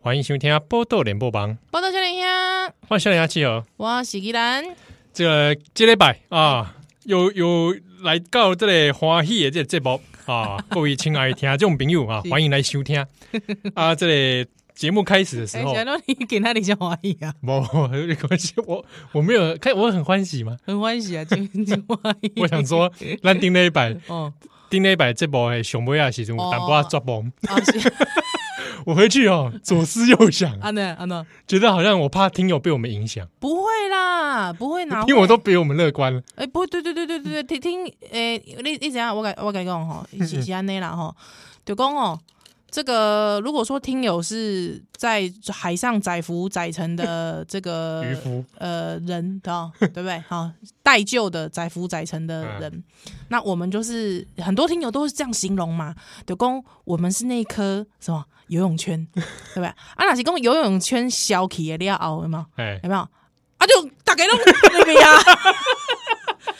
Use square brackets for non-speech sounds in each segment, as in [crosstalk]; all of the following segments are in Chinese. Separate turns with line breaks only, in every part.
欢迎收听《波豆联播帮》，
报道小林兄，
欢迎小林阿七哦。
我是吉兰，
这个这礼拜啊，又又来到这个欢喜的这个节目啊，各位亲爱的听众朋友啊，
是
欢迎来收听啊。这个节目开始的时
哎，
候
小，林，你给那里叫欢喜
[laughs]
啊，
我我我没有看，我很欢喜嘛。
很欢喜啊，今天就 [laughs] 欢喜。
我想说，咱顶礼拜
[laughs] 哦，
顶礼拜这部的上尾啊时阵，有淡薄仔抓崩。
啊是，啊
我回去哦，左思右想，
安呢安呢，
觉得好像我怕听友被我们影响，
不会啦，不会哪会，
因为我都比我们乐观了。
哎，不对，对对对对对，听听，哎，你你怎样？我改我改讲吼，
嗯
是是安内啦吼，就讲哦。这个如果说听友是在海上载浮载沉的这个
渔夫，
呃人哦， [laughs] 对不对？好，待救的载浮载沉的
嗯
人，那我们就是很多听友都是这样形容嘛，就公我们是那一颗什么游
[laughs]
泳圈，对不对？啊，那是公游泳圈消起的料有没有？
哎，
有没有？啊，就大
[laughs]
家拢入去啊，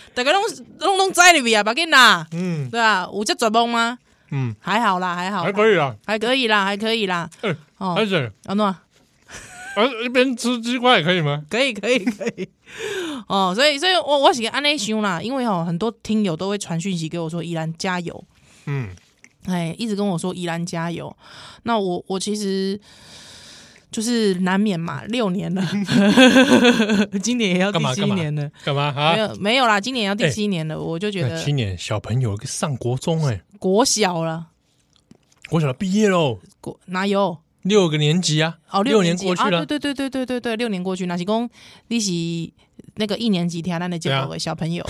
[laughs] 大家拢拢拢栽入去啊，别紧啦，
嗯
对吧？有这绝望吗？
嗯，
还好啦，还好
还
啦，
可以啊啦。
还可以啦，还可以啦。
嗯
哦
而，且
安诺、
而呃一边吃鸡块也可以吗？
[laughs] 可以，可以，可以。哦，所以，所以我我是安内想啦，因为哦，很多听友都会传讯息给我说，依然加油，
嗯，
哎，一直跟我说依然加油。那我我其实就是难免嘛，六年了， [laughs] 今年也要
干
第
嘛
七年了，
干嘛
没
啊？
有没有啦，今年要第
哎
七年了，我就觉
那
得
今年小朋友上国中哎，
国小了，
国小毕业喽，
国哪有？
六个年级啊，
哦，
六
年级
过去
啊
了，
对对对对对对对，六年过去，那是讲你是那个一年级听咱的节目
对啊
的小朋友。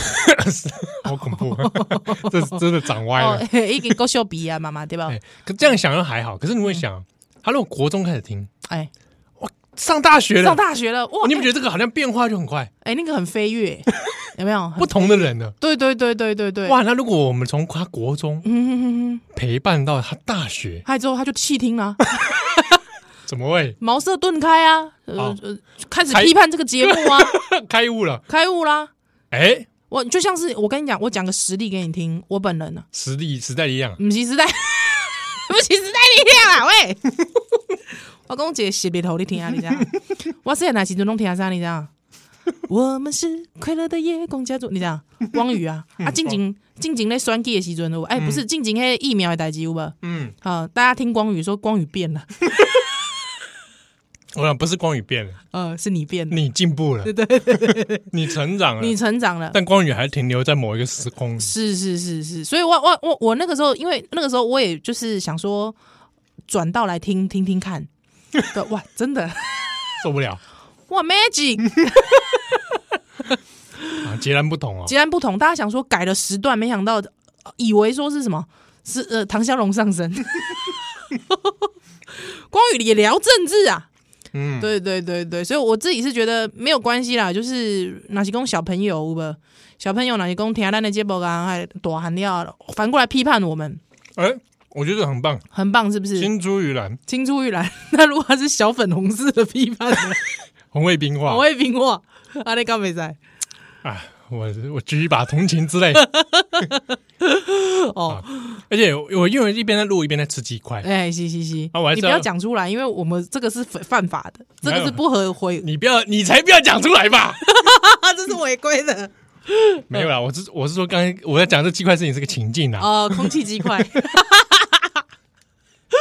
好恐怖，啊 [laughs] 这真的长 [laughs] 歪
哦 [laughs]
了。，
已经够秀比啊，妈妈对吧？
哎可这样想又还好，可是你会
嗯
想，他如果国中开始听，
哎，
上大学了哦
上，大学了，哇！
你不觉得这个好像变化就很快？
哎、那个很飞跃， [laughs] 有没有？
不同的人了，
对对对对对对，
哇！那如果我们从他国中
嗯哼哼哼，
陪伴到他大学，
嗨之后他就弃听了，
怎么会 [laughs]
茅塞顿开啊，呃
好
呃，开始
哦开
批判这个节目啊，
开悟了？
开悟啦。
哎，
我就像是我跟你讲，我讲个实例给你听，我本人呢、啊，
实力时代一样，
不是时代， [laughs] 不是时代力量啊，喂， [laughs] 我讲一个实例头你听啊，你知道吗？我是哪时阵拢听啥，你知道吗？我们是快乐的夜光家族，你知道吗汪宇啊啊，静静静静咧选举的时阵，哎、不是静静迄疫苗的代志有无？
嗯，
好，大家听光宇说光宇变了，
我想不是光宇变了，
呃，是你变了，
你进步了，
对对对，
[laughs] 你成长了
你，成长了。
但光宇还停留在某一个时
[laughs]
空。
是是是是，所以我我我我那个时候，因为那个时候我也就是想说转到来听听听看，对哇，真的
受不了
哇 magic，
啊，截然不同哦。
截然不同。大家想说改了时段，没想到呃以为说是什么是呃唐香龙上身， [laughs] 光宇也聊政治啊，
嗯，
对对对对，所以我自己是觉得没有关系啦，就是哪些供小朋友吧，小朋友哪些供听咱的节目啊，还躲含料，反过来批判我们，
哎，我觉得很棒，
很棒是不是？
金珠玉兰，
青出于蓝， [laughs] 那如果他是小粉红式的批判呢，
红卫兵
我
话
会评话，阿内刚没在
啊，我我举一把同情之泪。
[laughs]
啊
哦，
而且我我因为一边在录一边在吃鸡块，
哎，是是是，
啊我还
你
知道
不要讲出来，因为我们这个是犯犯法的，这
哪有
个是不合规，
你不要，你才不要讲出来
[laughs]
吧。
啊， [laughs] 这是违规的。
没有啦，我是我是说，刚才我在讲这鸡块事情是个情境啊，
哦，空气鸡块，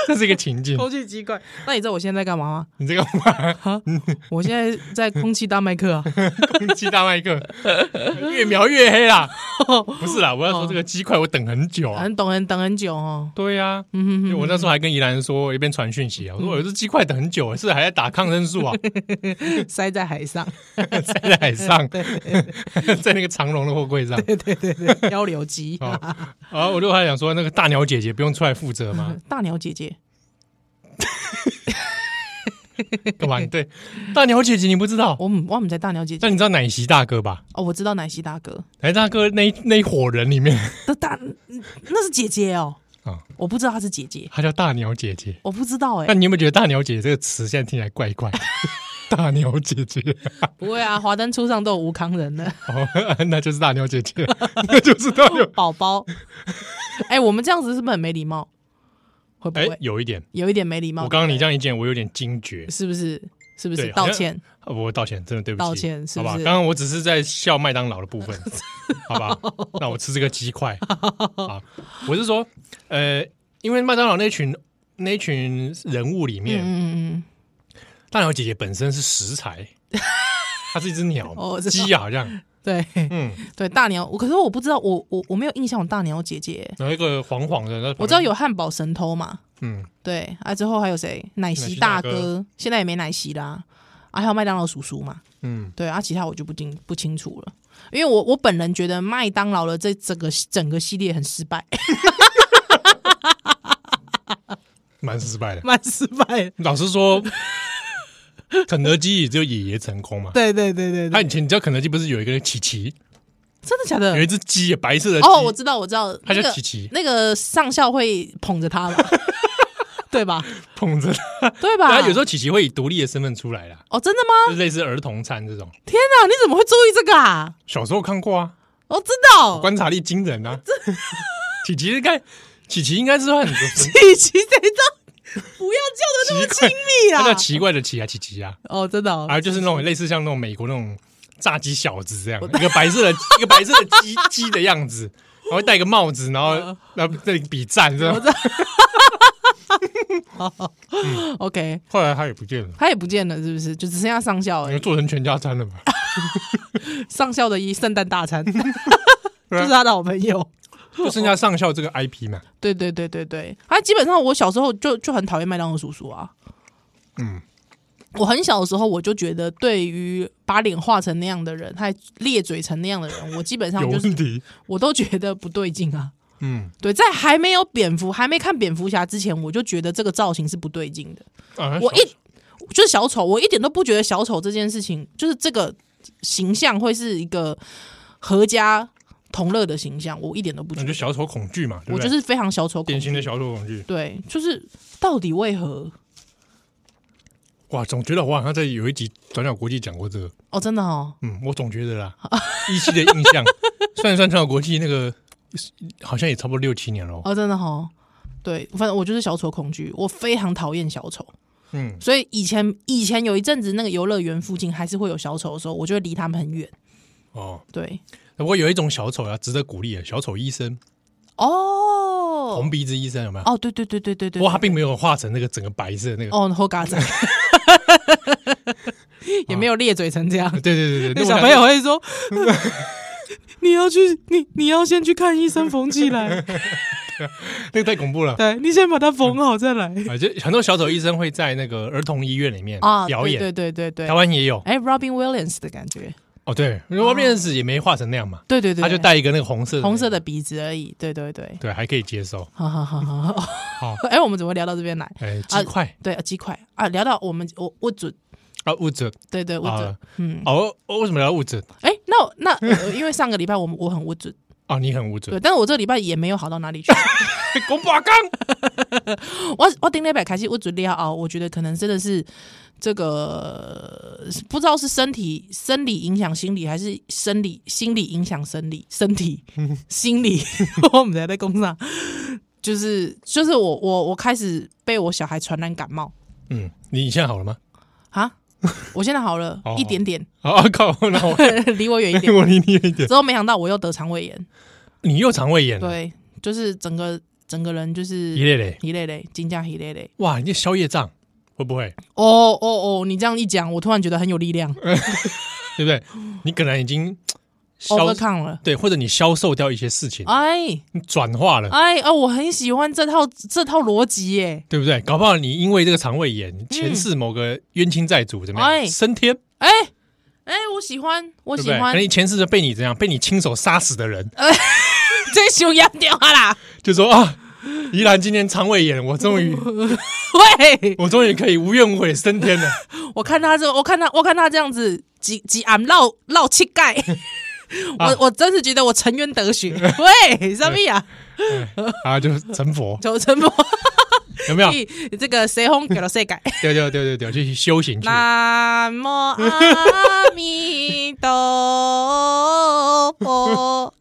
这是一个情境。
[laughs] 空气鸡块。那你知道我现在在干嘛吗？
你这个嘛
我现在在空气大麦
[laughs]
克啊。
空气大麦克越描越黑
[laughs]
啦，
哦
不是啦，我要说这个鸡块我等很久啊。
很等很等很久哦。
对呀、啊，因为我
嗯
那时候还跟宜兰说，我一边传讯息啊，我说我这鸡块等很久了，是还在打抗生素啊， [laughs]
塞在海上，呃
塞在海上， [laughs] 在那个长龙的货
[laughs]
柜上。
漂流机。
哦，然后我就还想说，那个大鸟姐姐不用出来负责吗？
大鸟姐姐，
干嘛？对，大鸟姐姐你不知道，
我们我们在大鸟姐姐
但你知道奶昔大哥吧？
哦，我知道奶昔大哥，
奶昔大哥那一那一伙人里面
那大那是姐姐哦，
啊，
我不知道她是姐姐，
他叫大鸟姐姐。
我不知道哎、
那你有没有觉得“大鸟姐”这个词现在听起来怪 [laughs] 怪？大鸟姐姐，
不会啊，华灯初上都有吴康人了，
哦，那就是大鸟姐姐， [laughs] 那就是大鸟
[laughs] 宝宝，哎、我们这样子是不是很没礼貌？会不
哎
会，
有一点，
有一点没礼貌？
我刚刚你
对
这样一见，我有点惊觉
不对，是不是？是不是
对好
道
像
歉？
啊我道歉，真的对不起，
道歉是
好
不是
吧？刚刚我只是在笑麦当劳的部
[laughs]
分，好吧？那我吃这个鸡块啊，我是说，呃，因为麦当劳那群那群人物里
嗯
面，
嗯嗯
大鸟姐姐本身是食
[laughs]
材，她是一只鸟
哦我，知道
鸡啊，好像，
嗯，对
嗯，
[laughs] 对，大鸟，我可是我不知道，我我我没有印象有大鸟姐姐，
然后一个黄黄的，那旁边
我知道，有汉堡神偷嘛，
嗯，
对啊，之后还有谁？奶昔
昔
大
大
哥，
哥
现在也没奶昔啦、啊，还有麦当劳叔叔嘛，
嗯，
对啊，其他我就不清不清楚了，因为我我本人觉得麦当劳的这整个整个系列很失败， [laughs]
蛮失败的。
蛮失败的。
老实
[laughs]
说，肯德基也只有爷爷成功嘛。
对对对对
他
对，
以前你知道肯德基不是有一个琪琪，
真的假
有
的？
一只鸡，白色的鸡，
嗯哦，我知道，我知道，
它
那
叫
个
琪琪，
那个上校会捧
[laughs]
着他吧，对吧？
捧着
对吧？
他有时候琪琪会以独立的身份出来啦，
哦，真的吗？
就是类似儿童餐这种。
天哪，你怎么会注意这个啊？
小时候看过啊，
我知道，
观察力惊人啊。 [laughs] 琪琪应该，琪琪应该是
[laughs]
很
琪琪谁知道？不要叫的那么亲密
他叫
啊！
奇怪的奇啊，琪琪啊，
哦，真的、哦，
还有就是那种类似像那种美国那种炸鸡小子这样，一个白色的一个白色的鸡鸡的样子，然后戴个帽子，然
嗯
后然后这里比赞这样。
OK，
后来他也不见了，
他也不见了，是不是？就只剩下上校
因
而
为
已，
做成全家餐了
哦
嘛。
上校的一圣诞大
[laughs]
餐，就
对啊
是他的好朋友。
就剩下上校这个 IP 嘛。
对对对对对，他基本上我小时候就就很讨厌麦当劳叔叔啊。
嗯，
我很小的时候我就觉得，对于把脸画成那样的人，还咧嘴成那样的人，我基本上
有
就是
问题。
我都觉得不对劲啊。
嗯
对，在还没有蝙蝠、还没看蝙蝠侠之前，我就觉得这个造型是不对劲的。
啊，
我
小
一就是小丑，我一点都不觉得小丑这件事情，就是这个形象会是一个合家同乐的形象，我一点都不觉
那
得。
就小丑恐惧嘛，对
我
不
就
对？
是非常小丑恐
典
惧，
型的小丑恐惧。
对，就是到底为何？
哇，总觉得我好像在有一集《转角国际》讲过这个，
哦，真的哦，
嗯，我总觉得啦， [laughs] 依稀的印象，算一算《转角国际》那个呃好像也差不多六七年了哦，
哦，真的哦，对，反正我就是小丑恐惧，我非常讨厌小丑，
嗯，
所以以前以前有一阵子那个游乐园附近还是会有小丑的时候，我就会离他们很远。
哦，
对，
不过有一种小丑啊，值得鼓励的，小丑医生，
哦
红，鼻子医生有没有？
哦，对对对对对
不
对
过，他并没有画成那个整个白色那个，
哦，后
[laughs]
嘎仔也没有咧嘴成这样。
对对对对，
那
我
小
想
朋友会
[laughs]
说：“你要去，你你要先去看医生缝起
[laughs]
来，
那个太恐怖了。
对你先把它缝好再
[laughs]
来。
啊，就很多小丑医生会在那个儿童医院里面”
啊，
表演，
对对对对
台
对，
湾也有
哎，Robin Williams 的感觉，
哦，对，因为外面是也没画成那样嘛，
对对对，
他就戴一个那个红色
红色
的
的鼻子而已，对对对
那个，，对，还可以接受。
好好好好好
好，
[laughs] 哎，我们怎么聊到这边来？
哎，鸡块
对，鸡块啊，聊到我们我我准，
啊，物质
对对我准
啊，，
嗯，
哦，哦为什么聊物质？
哎，那我那呃因为上个礼拜我们我很我准，
哦，你很物哎质
对，，但是我这个礼拜也没有好到哪里去。
公把
[laughs]
刚
我我顶礼拜开始我准备啊，我觉得可能真的是这个呃不知道是身体生理影响心理，还是生理心理影响生理
[laughs]
身体心理。 [laughs] 我们在在工上，就是就是我我我开始被我小孩传染感冒
嗯，你现在好了吗？ [laughs]
啊，我现在好了
哦
一点点，
啊靠，那我
[laughs] 离我远一
[laughs]
点。
我离你远一点。
之后没想到我又得肠胃炎，
你又肠胃炎了，
对，就是整个整个人就是
一类嘞，
一类类，惊吓一类类。
哇，你这宵夜胀会不会？
哦哦哦，你这样一讲，我突然觉得很有力量
对不对？你可能已经 [laughs] 消
，overcome 了。
对，或者你消瘦掉一些事情，
哎
你转化了，
哎哦，我很喜欢这套这套逻辑耶！
对不对？搞不好你因为这个肠胃炎，前世某个冤亲债主怎么
嗯哎
样升天，
哎哎，我喜欢，我
对不
喜
对？可
欢呃
能，你前世就被你怎样，被你亲手杀死的人，
这熊压掉啊啦！
就说啊，宜兰今天肠胃炎，我终于
喂，
[laughs] 我终于可以无怨无悔升天了。
我看他这，我看他，我看他这样子几几俺绕绕膝
[laughs]
盖，我、
啊
我真是觉得我沉冤得雪。喂，什么呀？
[laughs] 啊，就是成佛，
求陈伯
有没 [laughs] 有？
去这个谁轰给了谁改？
[laughs] 对对对对对，去修行去。
南无阿弥陀佛。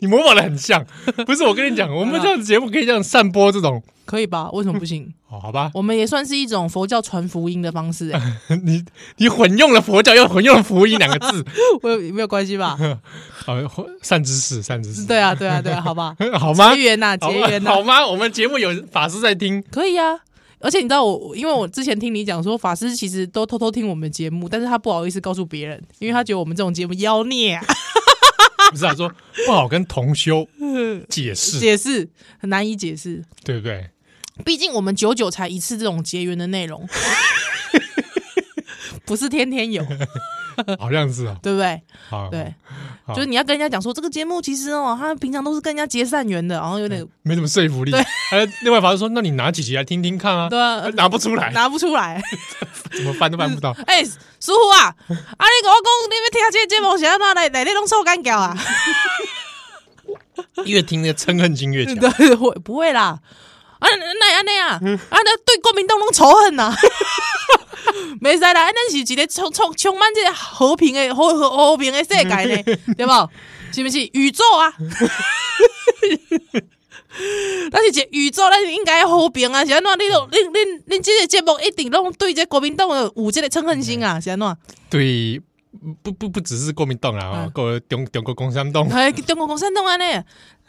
你模仿的很像，不是我跟你 [laughs] 讲，我们这样子节目可以这样散播这 [laughs] 种，
可以吧？为什么不行？
哦，好吧？ [laughs]
我们也算是一种佛教传福音的方式、欸，
你你混用了佛教，又混用了福音两个 [laughs] 字，
[laughs] 我有没有关系
[laughs]
吧？
好，混善知识，善知识，
对啊，对啊，对啊，好吧，
[laughs] 好吗？
结缘呐，结缘呐
好，吗？我们节目有法师在 [laughs] 听，
[laughs] 可以啊。而且你知道我，因为我之前听你讲说，法师其实都偷偷听我们节目，但是他不好意思告诉别人，因为他觉得我们这种节目妖孽、
[laughs]
啊，
不是啊？说不好跟同 [laughs] 修解释，
解释很难以解释。
对不 [laughs] 对？
毕竟我们久久才一次这种结缘的
[laughs]
内容，不是天天有，
好像是啊，
对不对？
好，
对，
好
就是你要跟人家讲说，这个节目其实哦，他平常都是跟人家结善缘的，然后有点
没什么说服力。哎，另外法师说，那你拿几集来听听看啊？
对啊
[laughs] 拿不出来，
拿不出来。
怎么翻都翻不到。
[laughs] 哎、师傅啊，啊，你跟我讲，你要听这个节目是安怎来来那种臭干胶啊？
越听那个嗔恨心越强。
[laughs] [laughs] 对，会不会啦？啊，那安尼啊，啊，那对国民党拢仇恨呐、啊。 [laughs] 没使啦，啊咱是一个充充充满这个和平的和和和平的世界呢，对不？ [laughs] 是不是宇宙啊？ [laughs] 咱是一个宇宙，咱是应该和平啊！是安怎？你都你你你这个节目一定拢对这国民党有这个憎恨心啊？是安怎？
对，不不不只是国民党啦，啊
嗯
各中中国共产党
哎，中国共产党安尼，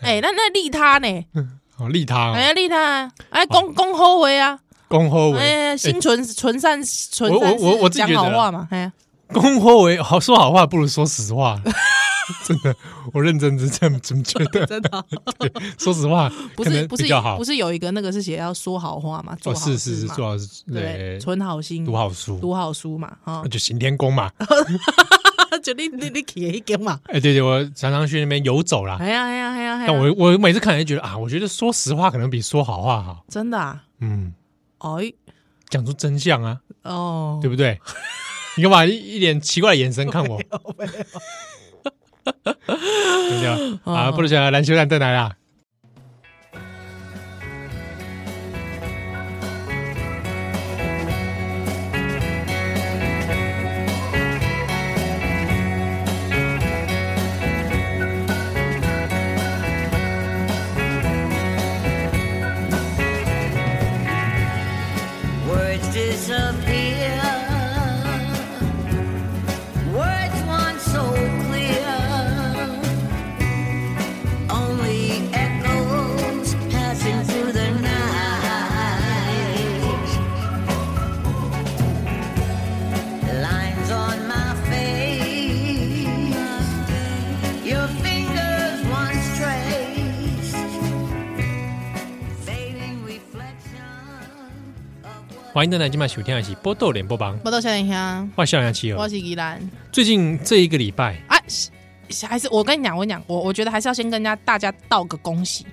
哎、咱那利他呢？
嗯哦，利他
哎
哦，
呀，利他，哎，讲讲好话啊，
恭贺为，
哎，心存纯善，纯
我我
善
我
是
我自己
讲
觉
好
得啦
话嘛，哎呀，
恭贺为，好哦说好话不如说实话，
[laughs]
真的，我认真是这么这么觉得，
[laughs] 真
[laughs]
的
说实话
[laughs] 不
可
是
能
不
比
是
较好
不。是有一个那个是写要说好话嘛，做
哦，
好
是是是，
嘛
最好是
对
呃，
存好心，
读好书，
读好书嘛，哈
[laughs] 那，就行天宫
[laughs]
嘛。
就你你你起一根嘛，
哎，对对，我常常去那边游走啦。
哎呀哎呀哎呀哎呀，
但我我每次看就觉得啊，我觉得说实话可能比说好话好。
真的啊，
嗯，
哎
讲出真相啊，
哦，
对不对？你干嘛一一脸奇怪的眼神看我？ [laughs] 对不对？
哦
啊，不如讲篮球蛋蛋来啦。
Words disappear. Words once so clear. Only echoes passing through the night. Lines on my face. Your fingers once traced. Fading reflection.
欢迎大家今晚收听的是《波豆脸波帮》，
报道小林香，
我是小杨奇
我
儿。
是宜兰，
最近这一个礼拜，
啊，是是还是我跟你讲，我跟你讲，我我觉得还是要先跟大家大家道个恭喜，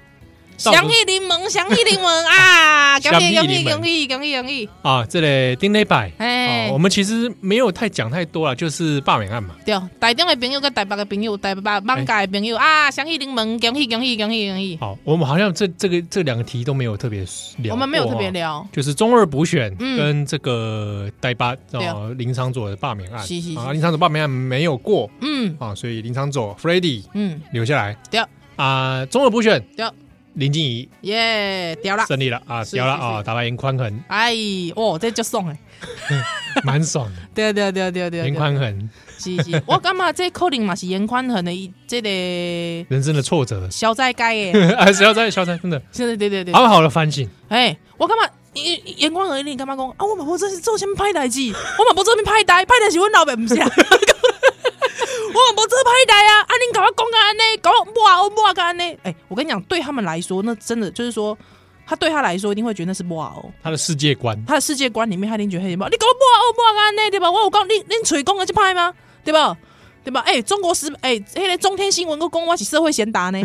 道个
祥喜临门，祥喜临
[laughs]
门啊！恭喜
祥喜
恭
临
喜
门
恭喜恭喜恭喜！
啊，这里丁礼拜，
哎
哦，我们其实没有太讲太多了，就是罢免案嘛。
对，台中的朋友跟台北的朋友，台北
哎
网界的朋友啊，祥喜临门，恭喜恭喜恭喜恭喜！
好，啊我们好像这这个这两个题都没有特别聊，
我们没有特别，聊，
就是中二补选
嗯
跟这个代八
对啊
哦林长佐的罢免案
是是是
啊，林长佐罢免案没有过
嗯
啊，所以林长佐 f r e d d y
嗯，
留下来
对
啊，中二补选
对
林静怡
耶，掉啦！
胜利了啊，
是
掉了
是
啊，
是
打败严宽
[laughs]
恒，
哎，哦，这就送哎，
蛮爽的，
对对对对对，
严
对
宽恒
是是， [laughs] 我感觉这可能嘛是严宽恒的一这个，
人生的挫折 [laughs]
消灾该诶，
啊，小在小在真的
现在对对对，
好好的反省，
哎，我感觉眼眼光而已，你感觉讲啊？我嘛无这是做啥物歹代志， [laughs] 我嘛无做啥物歹代，歹代是阮老爸，毋是啊。 [laughs] 我嘛无做歹代啊！啊，恁甲我讲个安尼，甲我抹啊抹个安尼。哎、我跟你讲，对他们来说，那真的就是说，他对他来说一定会觉得那是抹哦。
他的世界观
他的世界观里面，他一定觉得黑猫。你给我抹欧抹安啊呢，对吧？我有讲你恁嘴讲的这派吗？对吧？对吧？哎、中国时哎，迄、个中天新闻都讲我是社会贤
[laughs]
达呢。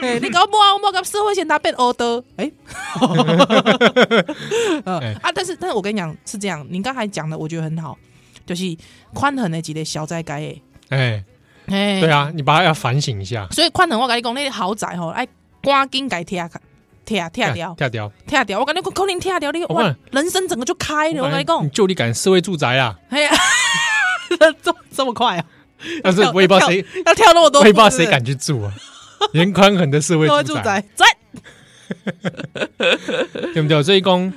哎、你搞抹啊，抹个社会贤达变欧的，
[laughs]
哎、呃
哎
啊！但是，但是我跟你讲是这样，你刚才讲的我觉得很好，就是宽恒的几个小灾该哎，
哎，
哎、
对啊，你把它要反省一下，
所以宽恒我跟你讲，那个豪宅吼，哎，赶紧改拆拆拆掉，
跳掉，
拆掉，我感觉可能拆掉你，
我看
哇，人生整个就开了。我跟你
哎你
讲， [laughs]
就地改社会住宅啊，
哎呀，这这么快啊？
但是我也不知道谁，
要跳那么多
我
步，
也不知道谁
是是
敢去住啊。 [laughs] 严宽恒的社会
社会
住
住
宅
宅，，转
对不对？所以讲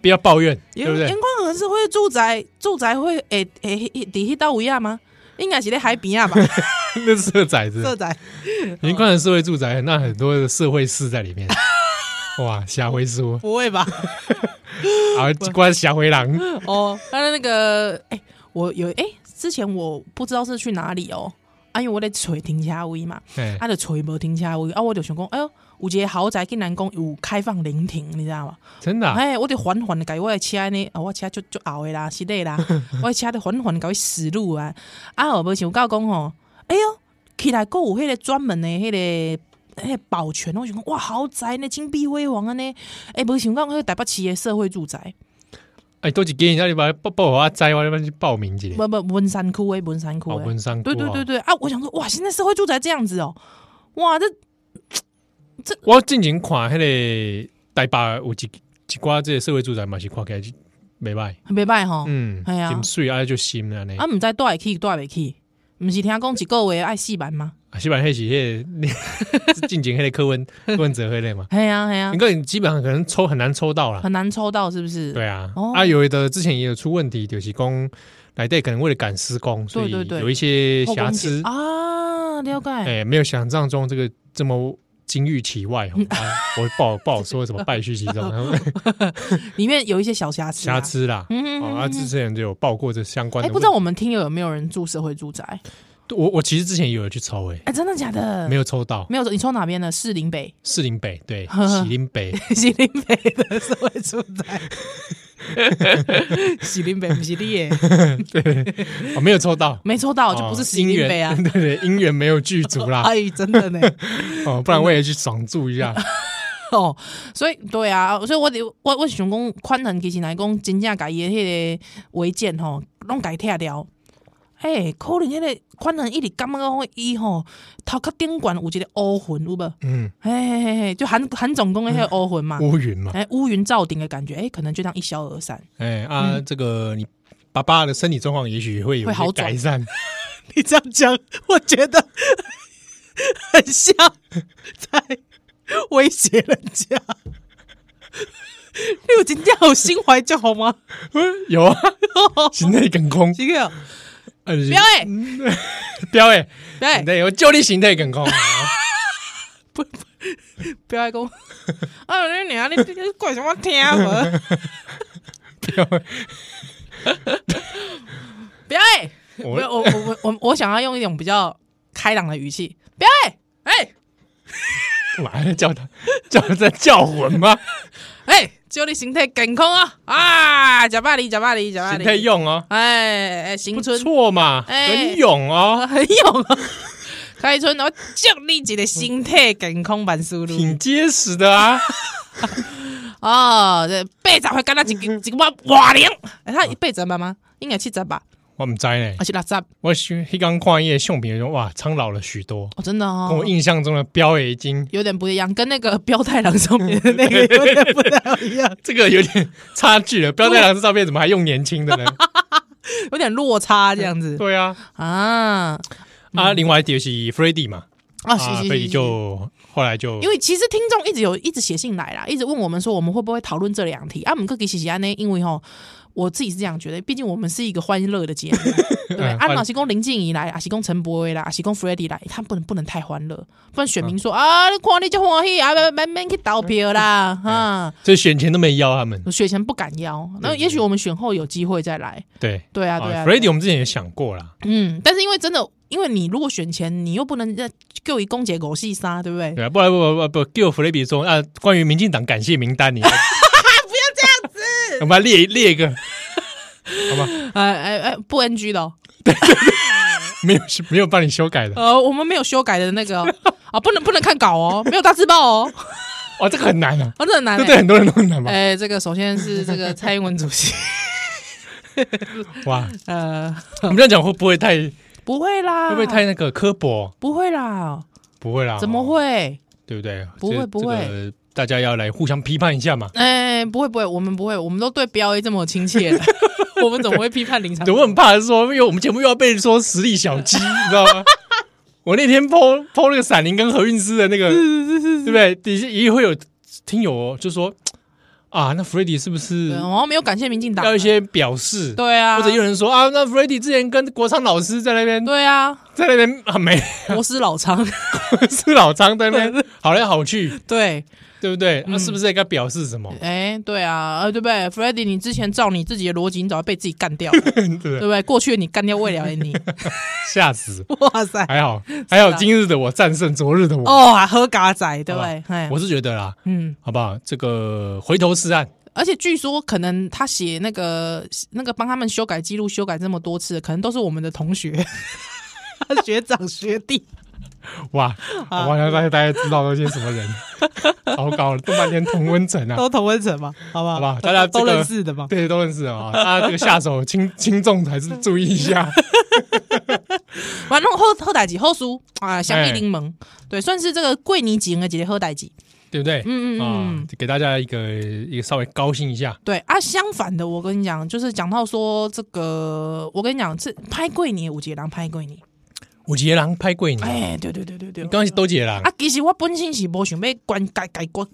不要抱怨，对
严
不对
严？光河是会住宅，住宅会诶诶，底下到维亚吗？应该是在海边啊 [laughs] 吧，
[laughs] 那是社宅子
社，哦宅
严宽恒社会住宅，那很多的社会事在里
[laughs]
面。哇，霞辉说
不会吧？
啊，关霞辉郎，
[laughs] 哦，他的那个，哎、我有哎、之前我不知道是去哪里哦，啊，因为我在找停车位嘛，
哎
啊，就找无停车位，啊，我就想讲，哎呦，有一个豪宅竟然讲有开放聆听，你知道吗？
真的啊
哎、我就缓缓的改我的车呢，啊，我的车就就后的啦，是的
[laughs]
啦，我的车就缓缓改我死路啊，啊，后无想到讲吼，哎呦，起来够有迄个专门的迄、个。迄、个保全，我想讲哇，豪宅呢，金碧辉煌啊呢，哎、无想到迄个台北市的社会住宅，
哎，都只给你那里把报报我摘，我那边去报名去。
不不，文山区诶，文山区
哦
诶，
文山区
对对
哦
对对啊！我想说，哇，现在社会住宅这样子哦，哇，这
我进前看迄个台北有一一寡这个社会住宅嘛是看起来就袂歹，
很袂歹吼。
嗯，
哎呀
真水啊就新安尼
啊，。毋知住会去，住袂去，毋是听讲一个月爱四万吗？
啊，西版迄是迄个 [laughs] 进前迄个柯
[laughs]
文柯文哲迄个嘛，
系啊系啊
你，个你基本上可能抽很难抽到啦。
很难抽到是不是？
对啊
哦，
啊有的之前也有出问题，就是工来对可能为了赶施工，所以
对对
有一些
后宫
瑕
节
疵，
啊，了解。
哎，没有想象中这个这么。金玉其外
嗯
哦，啊、我不好不好说什么败絮其中，然
[laughs]
后
里面有一些小瑕疵啊，
瑕疵啦。
嗯。嗯
哦，
嗯
啊，之前就有报过这相关
哎，
的
不
问题。
知道我们听友有没有人住社会住宅？
我我其实之前也有去抽诶、
哎，真的假的？
没
有
有抽到
没有，你抽哪边的？士林北， [laughs]
士林北，对，
嗯呵呵
喜林北，
喜林北的社会住宅。
[laughs]
喜林北不是你耶，
哦，没有抽到，
没抽嗯到就不是
哦
喜林
[laughs]
北啊
姻。缘对对，姻缘没有具足啦，
哎，真的呢。
哦，不然我也去爽住一下，
[laughs] 哦，所以对啊，所以我得我我想讲，宽人其实来讲，真正家己的迄个违建吼，拢家拆掉。嘿，可能迄个宽人一直感觉讲伊吼头壳顶悬有一个乌云，有无？
嗯，
嘿嘿嘿嘿，就韩韩总讲的迄个乌云嘛，
乌云
[laughs]
嘛，
哎、乌云罩顶的感觉，哎、可能就这样一消而散。 [laughs]
哎啊，这个你爸爸的身体状况也许会有
嗯会
一
好
些
转
改善，
你这样讲，我觉得很像在威胁人家。你有真正有心怀就好吗？ [laughs]
有啊， [laughs] 心内梗空，
这个
啊就是 [laughs]
不要哎、
彪哎，
对，
对，我就你心内梗
[laughs]
空啊，
不要讲。 [laughs] 啊，你娘，你你怪什么听
[laughs]
啊无？
彪哎，
不要哎！我
我
我我我我想要用一种比较开朗的语气，不要哎哎
完了叫他叫他在叫魂吗？
哎，祝你身体健康啊！啊，假巴黎，假巴黎，假巴
心
黎，
态用哦，
哎哎，新
不
春
错嘛，
哎
很勇哦，
很勇啊！开春我祝你一个身体健康万事如
挺结实的啊。
哦，这八十岁干那
[laughs]
一个一个瓦零，哎他八十吧吗？应该七十吧，
我唔知呢
还，是六十？哦，
我是迄刚看伊的相片，哇，苍老了许多，
真的哦，
跟我印象中的彪爷已经
有点不一样，跟那个标太郎上面的那
[laughs]
个有点不太一样，
这个有点差距了。彪太郎这照片怎么还用年轻
[laughs]
的呢？
有点落差这样子
对啊，
啊
啊，另外一点是 f r e d d y 嘛，
啊！
啊
是
f
是
r e d
是
d y
是，
就后来就
因为其实听众一直有一直写信来啦，一直问我们说我们会不会讨论这两题啊？我们各给写写安呢，因为吼。我自己是这样觉得，毕竟我们是一个欢乐的节目，对不对？
嗯
啊，
欢
老西公林静怡来，阿西公陈柏威来，阿西公 f r e d d y 来，他不能不能太欢乐，不然选民说啊，你看你就欢喜啊，慢慢慢去投票啦，哈、
这选前都没邀他们
我，选前不敢邀，那也许我们选后有机会再来，
对
对啊，对啊。
f r
对啊
e d d y 我们之前也想过啦，
嗯，但是因为真的，因为你如果选前，你又不能再给我一公姐狗戏杀，对不对？
对啊，不然不不不不，给我 f r e d d y 说啊，关于民进党感谢名
[laughs]
单，你不要这样子，我们来列列一个，好吧？
哎哎哎，不 NG 的、哦，
没有没有帮你修改的，
呃，我们没有修改的那个哦啊，不能不能看稿哦，没有大字报哦，
哦，这个很难啊，
啊，这很难、
这对
欸。
很多人都很难吧？
哎，这个首先是这个蔡英文主席， [laughs]
哇，
呃，
我们这样讲会不会太
不会啦，
会不会太哦那个刻薄？
不会啦？
不会啦，哦
怎么？会？
对不对？
不会
这
不会，
这个大家要来互相批判一下嘛。
哎，不会不会，我们不会，我们都对标 A 这么亲切的， [laughs] 我们怎么会批
[laughs]
判林长
对我很怕说，因为我们节目又要被说实力小
[laughs]
鸡，你知道吗？我那天剖剖那个闪灵跟何韵诗的那个，对不对？底下也会有听友哦就说啊，那 f r e d d y 是不是
对我好像没有感谢民进党啊，
要一些表示？
对啊，
或者有人说啊，那 f r e d d y 之前跟国昌老师在那边，
对啊，
在那边 [laughs] 啊没
我是老常，
是老张在那边好来好去，
对，
对不对？啊那、是不是该表示什么？
哎，嗯对啊，呃，对不对 f r e d d y 你之前照你自己的逻辑，你早就被自己干掉了，对
[laughs] 对不对
不？对？过去的你干掉未来的
[laughs]
你，
吓死！
哇塞，
还
[laughs]
好，还好，今日的我战胜昨日的我。
啊哦，还喝嘎仔，对不对？哎
我是觉得啦，
嗯，
好不好？这个回头是岸，
而且据说可能他写那个那个帮他们修改记录修改这么多次，可能都是我们的
[laughs]
同学、学长、学弟。 [laughs]
哇！
啊
我好像大家大家知道都些什么人， [laughs] 糟糕了，动漫连同温层啊，
都同温层嘛，好不好？
好吧，大家这
都
个
认识的嘛。
[laughs] 对，都认识啊。大家这个下手轻 [laughs] 轻重还是注意一下。
[laughs] 完了后后代几后书啊，
哎
相依柠檬，对，算是这个桂尼几个姐姐后代几。
对不对？
嗯嗯嗯
啊，给大家一个一个稍微高兴一下。
对啊，相反的，我跟你讲，就是讲到说这个，我跟你讲，是拍桂尼五杰郎拍桂尼，
五杰郎拍桂你，
哎，对对对对对，
刚刚是都杰郎
啊，，其实我本身是无想要关改改关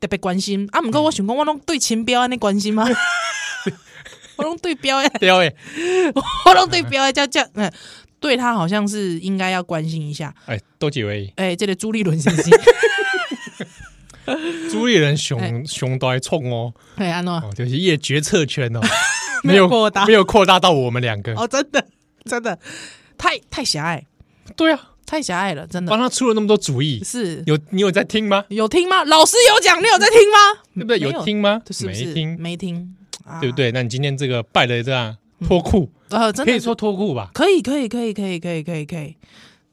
特别关心啊，毋
嗯
过我想讲，我拢对亲标安尼
[laughs]
关心吗？啊我拢对标诶，
对哎，
我拢对标诶，叫叫嗯，对他好像是应该要关心一下。
哎，都杰为
诶、这个朱立伦
[laughs]
先生，
朱立人熊
哎
熊都还冲哦，
哎，安诺，
哦，就是业决策
[laughs]
权哦，
没有扩大
没有扩大到我们两个。
哦，真的真的太太狭隘，
对啊，
太狭隘了，真的
帮他出了那么多主意，
是
有你有在听吗？
有听吗？老师有讲，你有在听吗？
对不对？
嗯没
有听吗？
是不
没
是
听，
没听，啊
对不？对？那你今天这个拜的这样脱裤，
呃，真
可
的
以
是
说脱裤吧，
可以，可以，可以，可以，可以，可以，可以，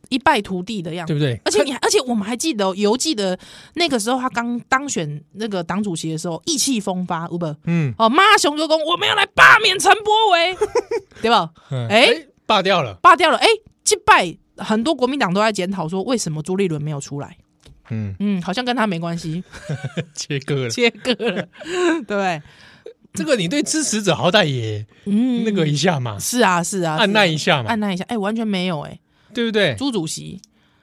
一败涂地的样子
对。不对？
而且你还，而且我们还记得哦犹记得那个时候他刚当选那个党主席的时候，意气风发，对不对？
嗯，
哦，妈熊就公，我们要来罢免陈柏维， [laughs] 对吧？
嗯
哎
罢掉了，
罢掉了，哎，击败很多国民党都在检讨说，为什么朱立伦没有出来？
嗯，
嗯，好像跟他没
[laughs]
关系，
切割了。
切割了，对不对？
这个你对支持者好歹也
嗯，
那个一下嘛，
是啊，是啊，
按捺一
下，
下嘛
按，捺一下，哎，完全没有，哎，
对不对？
朱主席，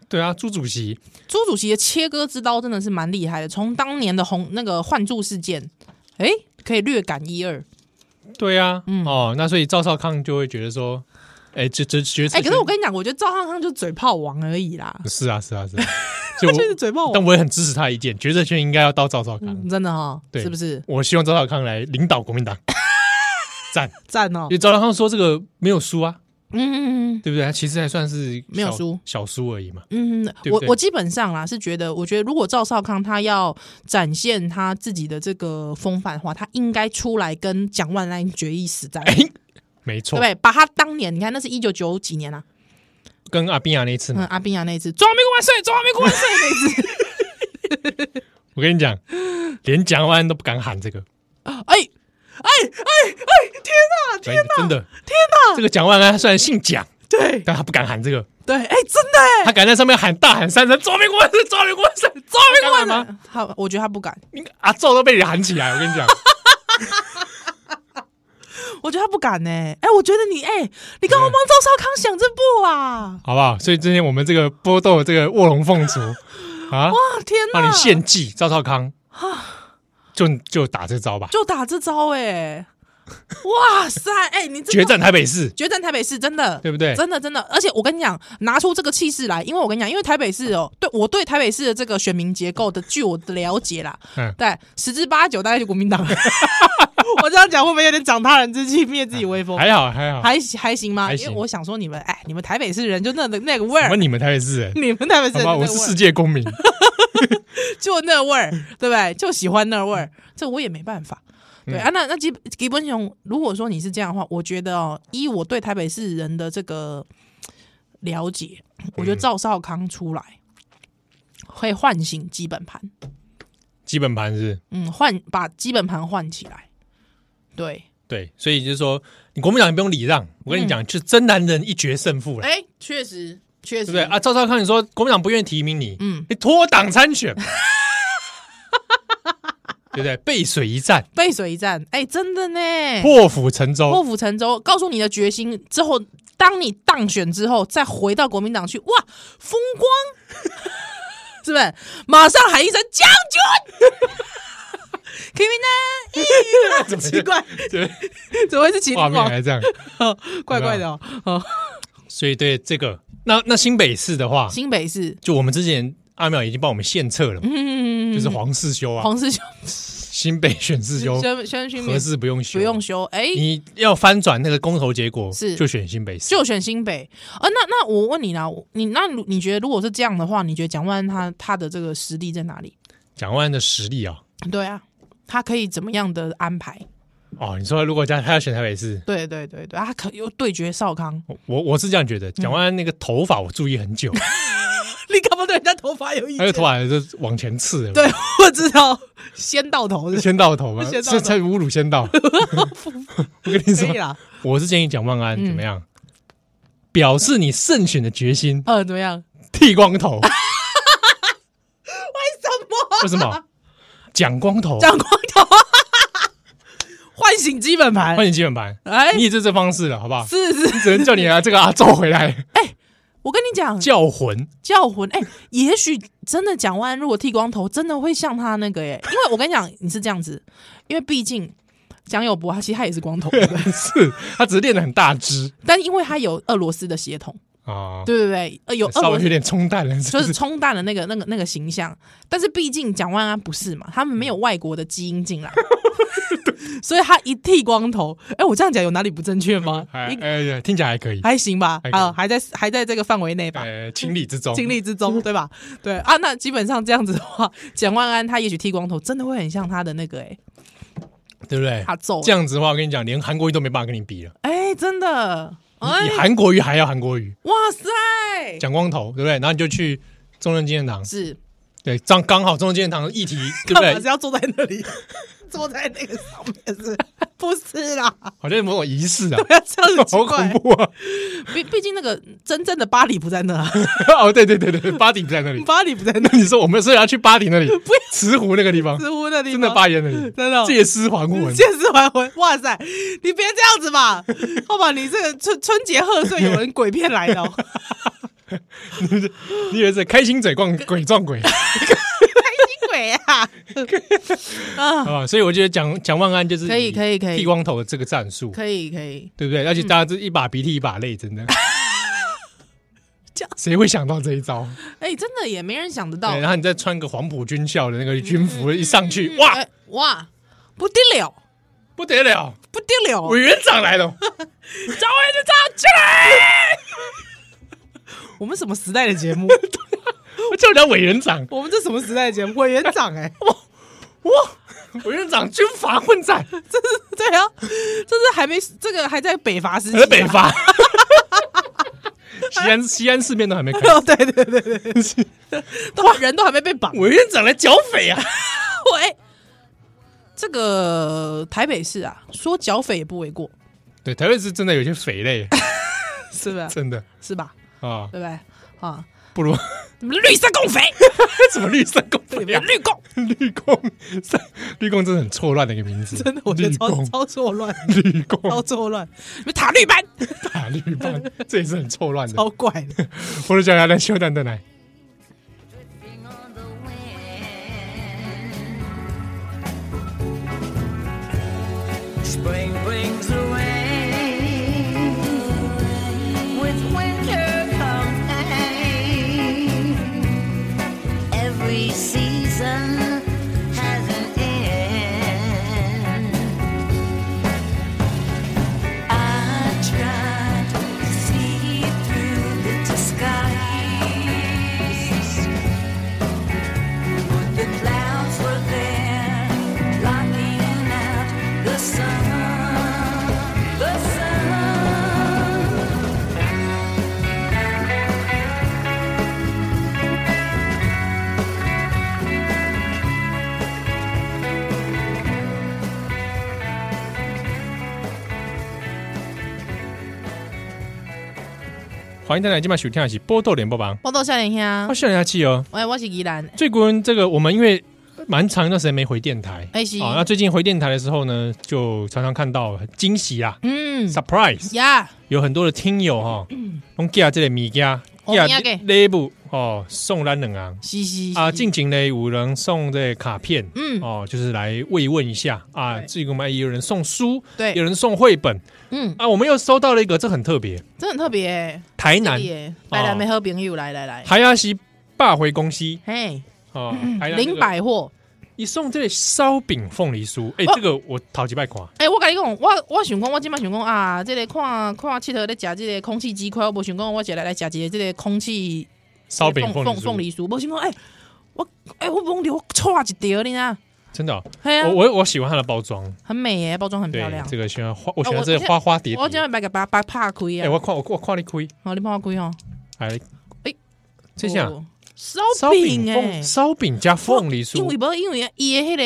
对啊，朱主席，
朱主席的切割之刀真的是蛮厉害的，从当年的红那个换柱事件，哎，可以略感一二。
对啊，
嗯
哦，那所以赵少康就会觉得说，哎，这这决策
哎、
权，
可是我跟你讲，我觉得赵汉康就是嘴炮王而已啦，
是啊是啊是
[laughs]
啊，就我
就是嘴炮
但
王，
我也很支持他的意见，决策权应该要到赵少康，
真的哈、
对
是不是？
我希望赵少康来领导国民党，
哦
赞，
赞哦
因，为赵少康说这个没有输啊，
嗯嗯
对不对？他其实还算是
没有
小
输
小输而已嘛。
嗯嗯，
对不
我
对
我基本上啦是觉得，我觉得如果赵少康他要展现他自己的这个风范的话，他应该出来跟蒋万安决一死战，对
哎没错
不，对？把他当年你看那是一九九几年啊，
跟阿宾亚那一次
嗯，
嘛，
阿宾亚那一次，中华民国万岁，中华民国万岁那一次，
[laughs] 我跟你讲，连蒋万安都不敢喊这个，
哎哎哎哎，天哪、
真的真的，天哪！这个蒋万安他虽然姓蒋，
对
但他不敢喊这个，
对，哎、真的哎、
他敢在上面喊大喊三声“中华民国万岁，中华民国万岁，中华民国万岁
吗？他我觉得他不敢，”，
你阿赵都被你喊起来，我跟你
[laughs]
讲，
我觉得他不敢呢、哎、我觉得你，哎、你刚刚帮赵少康想这部啊！
好不好？所以今天我们这个波斗这个卧龙凤雏啊，
啊天哪！
帮你献祭赵少
[sighs]
康，就就打这招吧，
就打这招哎、哇塞！哎、你真的
决战台北市，
决战台北市，真的
对不对？
真的真的，而且我跟你讲，拿出这个气势来，因为我跟你讲，因为台北市哦，对我对台北市的这个选民结构的，据我的了解啦， [laughs]
嗯
对十之八九大概就国民党。 [laughs] 我这样讲会不会有点长他人之气，灭自己威风？
还好还好，
还还行吗？
还
因为
行
我想说你们，哎，你们台北市人就那那个
我
味儿，
们你们台北市人，哎
你们 [laughs] 台北市
好吧，我
人就那个
是
味
世
儿，
界公民， [laughs]
就那味儿，对不对？就喜欢那味儿，这我也没办法。对、
嗯
啊，那那基基本上，如果说你是这样的话，我觉得哦，依我对台北市人的这个了解，我觉得赵少康出来会唤醒基本盘，
基本盘是。
嗯，换把基本盘换起来。对，
对，所以就是说，你国民党也不用礼让，我跟你讲，就真男人一决胜负了，
嗯哎、确实确实，
对不对啊？赵少康，你说
[laughs]
国民党不愿意提名你，
嗯
你脱党参选，对不对？背水一战，
背水一战，哎、真的呢，
破釜沉
破
舟，
釜沉舟，告诉你的决心之后，当你当选之后，再回到国民党去，哇，风光， [laughs] 是不是？马上喊一声将军 k i m i n
怎么
奇怪，
对，
怎么会是秦
画面
王？
还啊这样，
怪怪的哦。哦
所以对这个，那那新北市的话，
新北市，
就我们之前阿淼已经帮我们献策了嘛，
嗯，
就是黄世修啊，
黄世修、
新北选世修，
宣宣勋
合适不用修，
不用修，哎、
你要翻转那个公投结果，
是
就选新北市，
就选新北啊、那那我问你啦，我你那如你觉得如果是这样的话，你觉得蒋万安他他的这个实力在哪里？
蒋万安的实力啊，
对啊，他可以怎么样的安排？
哦，你说如果他他要选台北市，
对对对对，他可又对决少康， [laughs]
我我我是这样觉
嗯
得，蒋万安那个头发我注意很久，
你干嘛对人家头发有意
那个头发就是往前刺了，
对，我知道，先到头
[laughs]
是
先到头嘛，
先
这
到头
才侮辱先到。 [laughs] 我跟你
可
说
以，啦。
我是建议蒋万
嗯
安怎么样，表示你胜选的决心，
呃，怎么样？
剃光
[laughs]
头。
怎么
为什么？蒋光头，
蒋光头 [laughs] 唤醒基本盘
换？你基本盘，
哎
你，也就这方式了，好不好？
是是，
只能叫你啊，这个阿宙回
[laughs]
来
我跟你讲，
叫魂。 [laughs]
叫魂，哎、也许真的蒋万安如果剃光头，真的会像他那个耶、因为我跟你讲，你是这样子，因为毕竟蒋友柏他其实他也是光
[laughs]
头，
是他只是练得很大只
但因为他有俄罗斯的血统，
啊，
对不对？呃，有俄
稍
罗
微有
斯
点冲淡了，
就
就是是
冲淡了那个那个那个形象，但是毕竟蒋万安不是嘛，他们没
嗯
有外国的基因进来。所以他一剃光头，哎、我这样讲有哪里不正确吗？
哎
应
哎呀，听起来还可以，
还行吧
还，可以
啊，还在还在这个范围内吧。
呃，情理之中，
情理之
哦
中，对吧？对啊，那基本上这样子的话，蒋万安他也许剃光头，真的会很像他的那个哎、
对不对？
他揍
这样子的话，我跟你讲，连韩国瑜都没办法跟你比了，
哎、真的哎、
你韩国瑜还要韩国瑜，
哇塞，
蒋光头，对不对？然后你就去中正纪念堂，
是
对，刚刚好中正纪念堂的议
[laughs]
题，对不
干嘛是
对？
要坐在那里， [laughs] 坐在那个上面是？不
[laughs]
是啦，
好像某种仪式啊，
不要这样子奇
好恐
怪。
怖啊！ [laughs]
毕毕竟那个真正的巴黎不在那、啊， [laughs]
哦，对对对对，巴迪不在那里，
巴黎不在那
那，你说我们是要去巴黎那里，慈湖那个地方，
似乎那地
真
方
的巴黎那里，
真的哦
借尸还魂，
借尸还魂，哇塞！你别这样子吧，好吧？你这个春春节贺岁有人鬼片来的、哦。
你以为是开心嘴撞鬼撞鬼
鬼
[laughs]
啊！啊，
啊？所以我觉得蒋蒋万安就是
可以可以可以
剃光头的这个战术，
可以嗯可以，
对不对？而且大家这一把鼻涕一把泪，真的
这样。
谁会想到这一招？
哎、真的也没人想得到嗯
对，，然后你再穿个黄埔军校的那个军服一上去，哇
哎，哇，不得了，
不得了！
不得了，
委员长来了，
找我就站起来！ [laughs] 我们什么时代的节目？
[laughs] 我叫人家委员长，
我们这什么时代的节目？委员长
[laughs]
哎、
哇，委员长军阀混战，
这是对啊，这是还没这个还在北伐时期、啊
在北。伐，西安西安事变都还没
[laughs]
开，
哦，对对对对对， [laughs] 都人都还没被绑。 [laughs]
委员长来剿匪啊！
喂、这个台北市啊，说剿匪也不为过，
对，台北是真的有些匪类，
是 [laughs] 不是？
真的
是吧？
啊，
对不对？啊，
不如 [laughs]
你们绿色 [laughs] 共匪，
什么绿色共匪
你
呀
们绿共，
[laughs] 绿共，绿共真的很错乱的一个名字，
真的我觉得
绿
超
共
超错 [laughs] 乱，
绿
超
共
错乱，你们塔绿班
打绿帮，这也是很错乱的。
超怪的，
我的脚丫来修蛋蛋来，
Drifting on the wind. Spring brings away. With winter comes pain. Every season has an end. I tried to see through the disguise. The clouds were there, blocking out the sun, the sun.
《欢迎蛋蛋》今晚收听的是波豆联播榜，啊
我到笑脸
我
兄，
笑人家气哦。
啊喂，我是宜兰，
最近这个我们因为呃蛮长一段时间没回电台。
哎是
啊，那最近回电台的时候呢，就常常看到很惊喜啊
嗯，
，surprise， [laughs]
呀，
有很多的听友哈，用寄这类米家
嗯哦
寄
物件
label 哦送咱两人
是是
啊，
是
近景呢有人送这卡片。
嗯，
哦，就是来慰问一下啊！
对
这个我们也有人送书，有
对，
人送绘本
嗯，
啊！我们又收到了一个，这很特别，
这很特别欸，
台南哦
这里欸来来没喝朋友，来来来，
海牙西霸回公司
嘿，
哦，台南那个
嗯零百货，
一送这个烧饼凤梨酥，哎、
哦
这个我头几拜看，
哎，我跟你讲，我我想讲，我今麦想讲啊，这个看看佚佗咧食这个空气鸡块，我无想讲，我一来来食一个这个空气
烧饼凤梨
凤
酥，
凤梨酥，无想讲，哎，我哎我忘了我错一条，你知道？
真的哦、
嘿啊
我，我我喜欢它的包装，
很美耶，包装很
对
漂亮，。
这个喜欢花，我喜
啊
欢
我
这个花花蝶
我今
蝶。
麦把个把把拍开
哎、
啊，
我看我我看你亏，
好，你帮我开哦。
哎
哎
这下
哦烧
烧饼
饼
凤
哎，
烧饼加凤梨
因为
酥，
无因为伊的迄、个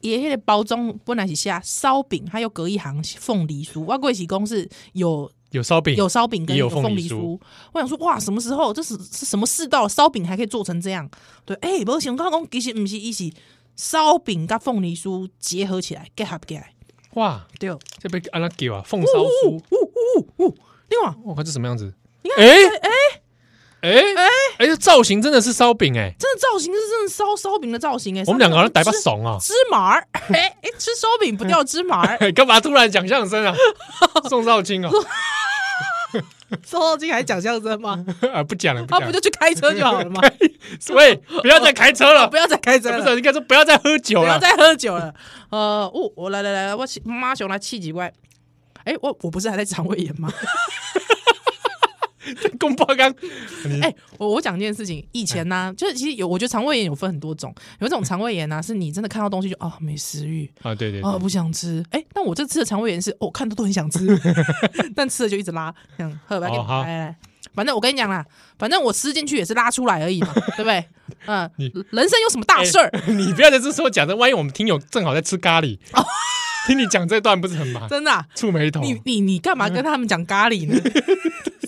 伊的迄个包装本来是写烧饼，还有隔一行凤梨酥。我过是公是有
有烧饼，
有烧饼跟
也有凤
凤
梨
梨
酥
酥。我想说，哇，什么时候这是是什么世道？烧饼还可以做成这样？对，哎、欸，无想到讲其实毋是伊是烧饼跟凤梨酥结合起来，结合起来。
哇，
对，呜
这被安拉给啊，凤烧酥，
呜呜，你看，
我看这哦什么样子？
你
哎哎哎哎，这造型真的是烧饼哎，
真的造型是真的烧烧饼的造型哎、
我们两个好像逮把
芝
怂啊，
芝麻儿， [laughs] 哎、哎吃烧饼不
[laughs]
掉芝麻儿， [laughs]
干嘛突然讲相声啊？宋少卿哦，
宋少卿还讲相
[laughs]
声吗？
啊不讲了，不
他
讲
不
了
就。去开车就好
[laughs]
了吗？哦
喂，不要再开车了，啊
不要再开车
不是
了，
应该说不要再喝酒
不
了
要。再喝酒了。呃，哦，我来来来，我起妈熊来气几怪。哎，我我不是还在肠胃炎
[laughs]
吗？
公报
[laughs]
刚，
哎，我我讲一件事情，以前
哎
呢、就是其实有，我觉得肠胃炎有分很多种，有一种肠胃炎呢、是你真的看到东西就啊没食欲
啊，对对
啊不想吃。哎，但我这次的肠胃炎是，哦看到都很
[laughs]
想吃，但吃了就一直拉，这样喝吧，
哦好
来来来，反正我跟你讲啦，反正我吃进去也是拉出来而已嘛，对
[laughs]
不对？嗯、
你哎
人生有什么大事儿？
你不要在这时候讲的，万一我们听友正好在吃咖喱，听你讲这段不是很
[laughs]
麻？
真的啊、
触眉头，
哦你你你干
嗯
嘛跟他们讲咖喱呢？ [laughs]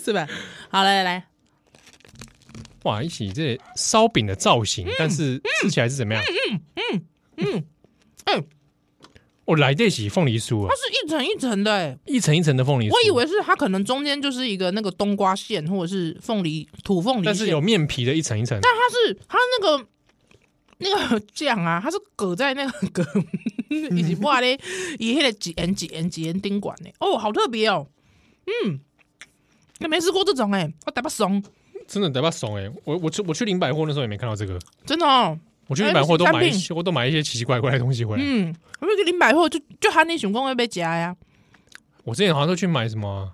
是吧？好，来来来，
哇，一起这烧饼的造型，但是吃起来是怎么样？
嗯，
我哦来这起凤梨酥啊
它，是一层一层的、欸，
一层一层的凤梨酥，
我以为是它可能中间就是一个那个冬瓜馅或者是凤梨土凤梨
但
馅，
是有面皮的一层一层，
它是它那个那个酱啊，它是搁在那个
[laughs]
搁以及哇嘞，以那个几 n 几 n 几 n 丁管呢、哦，好特别哦，嗯，没吃过这种哎、我打不怂，
真的得把怂哎！我我去我去林百货那时候也没看到这个，
真的哦。
我去林百货都
哎
买一
是
些，我都买一些奇奇怪怪的东西回来。
嗯，我们去林百货就就喊你想讲要被啊夹呀，
我之前好像都去买什么，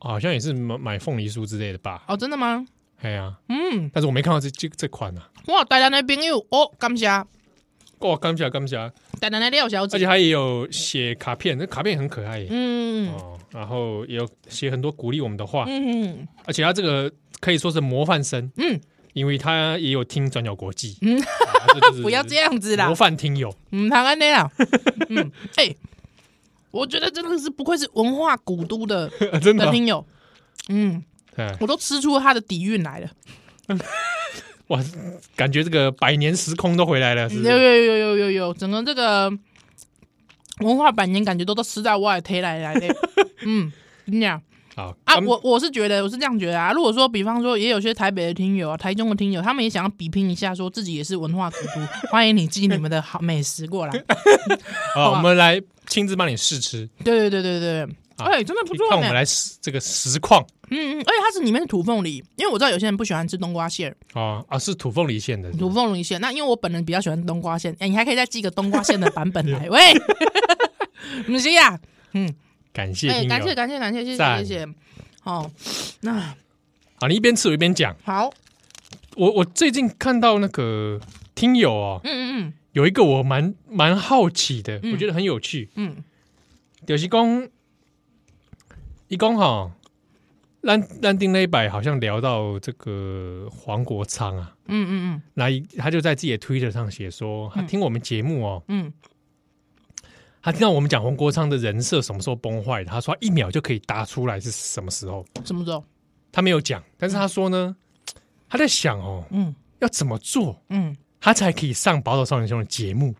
啊好像也是买买凤梨酥之类的吧？
哦，真的吗？
哎呀，
嗯，
但是我没看到这这这款啊。
哇，台南的朋友哦，感谢
哇，刚起来，刚起来，
台南的廖小
而且
姐，
它也有写卡片，那卡片很可爱耶。
嗯
哦，然后也有写很多鼓励我们的话，
嗯
而且它这个可以说是模范生，
嗯，
因为他也有听转角国际，
嗯
啊这就是
[laughs] 不要这样子啦
模，范听友， [laughs]
嗯，唐安的啦，嗯，哎、我觉得真的是不愧是文化古都的
真的
的
啊，
听友，嗯，
哎，
我都吃出他的底蕴来了，
哇，感觉这个百年时空都回来了，是
有
不是？
有有有有有，整个这个文化百年感觉都都吃在我的腿来来的，嗯，你讲。
好
啊，
刚
我我是觉得我是这样觉得啊。如果说，比方说，也有些台北的听友啊、台中的听友，他们也想要比拼一下，说自己也是文化古
[laughs]
都，欢迎你寄你们的好美食过来。
好，
吧
我们来亲自帮你试吃，
对对对对对，
好
哎、真的不错
看我们
呢。
来试这个实况
嗯嗯，而且它是里面是土凤梨，因为我知道有些人不喜欢吃冬瓜馅儿，
啊啊，是土凤梨馅的，
土凤梨馅。那因为我本人比较喜欢冬瓜馅，哎、你还可以再寄个冬瓜馅的版本
[laughs]
来。喂， [laughs] 不是呀、
感谢
哎、
听
感谢
友。
感谢感谢，谢谢
赞
谢谢。好，那
好，你一边吃我一边讲。
好，
我我最近看到那个听友哦，
嗯嗯
有一个我蛮蛮好奇的，
嗯
我觉得很有趣。
嗯嗯，
就是讲，一讲哈，咱咱丁那一百好像聊到这个黄国昌啊，
嗯嗯
那一他就在自己的 Twitter 上写说，他听我们节目哦，
嗯
他听到我们讲黄国昌的人设什么时候崩坏的，他说他一秒就可以答出来是什么时候，
嗯，什么时候？
他没有讲，但是他说呢，他在想哦，
嗯
要怎么做
嗯
他才可以上《宝岛少年兄》的节目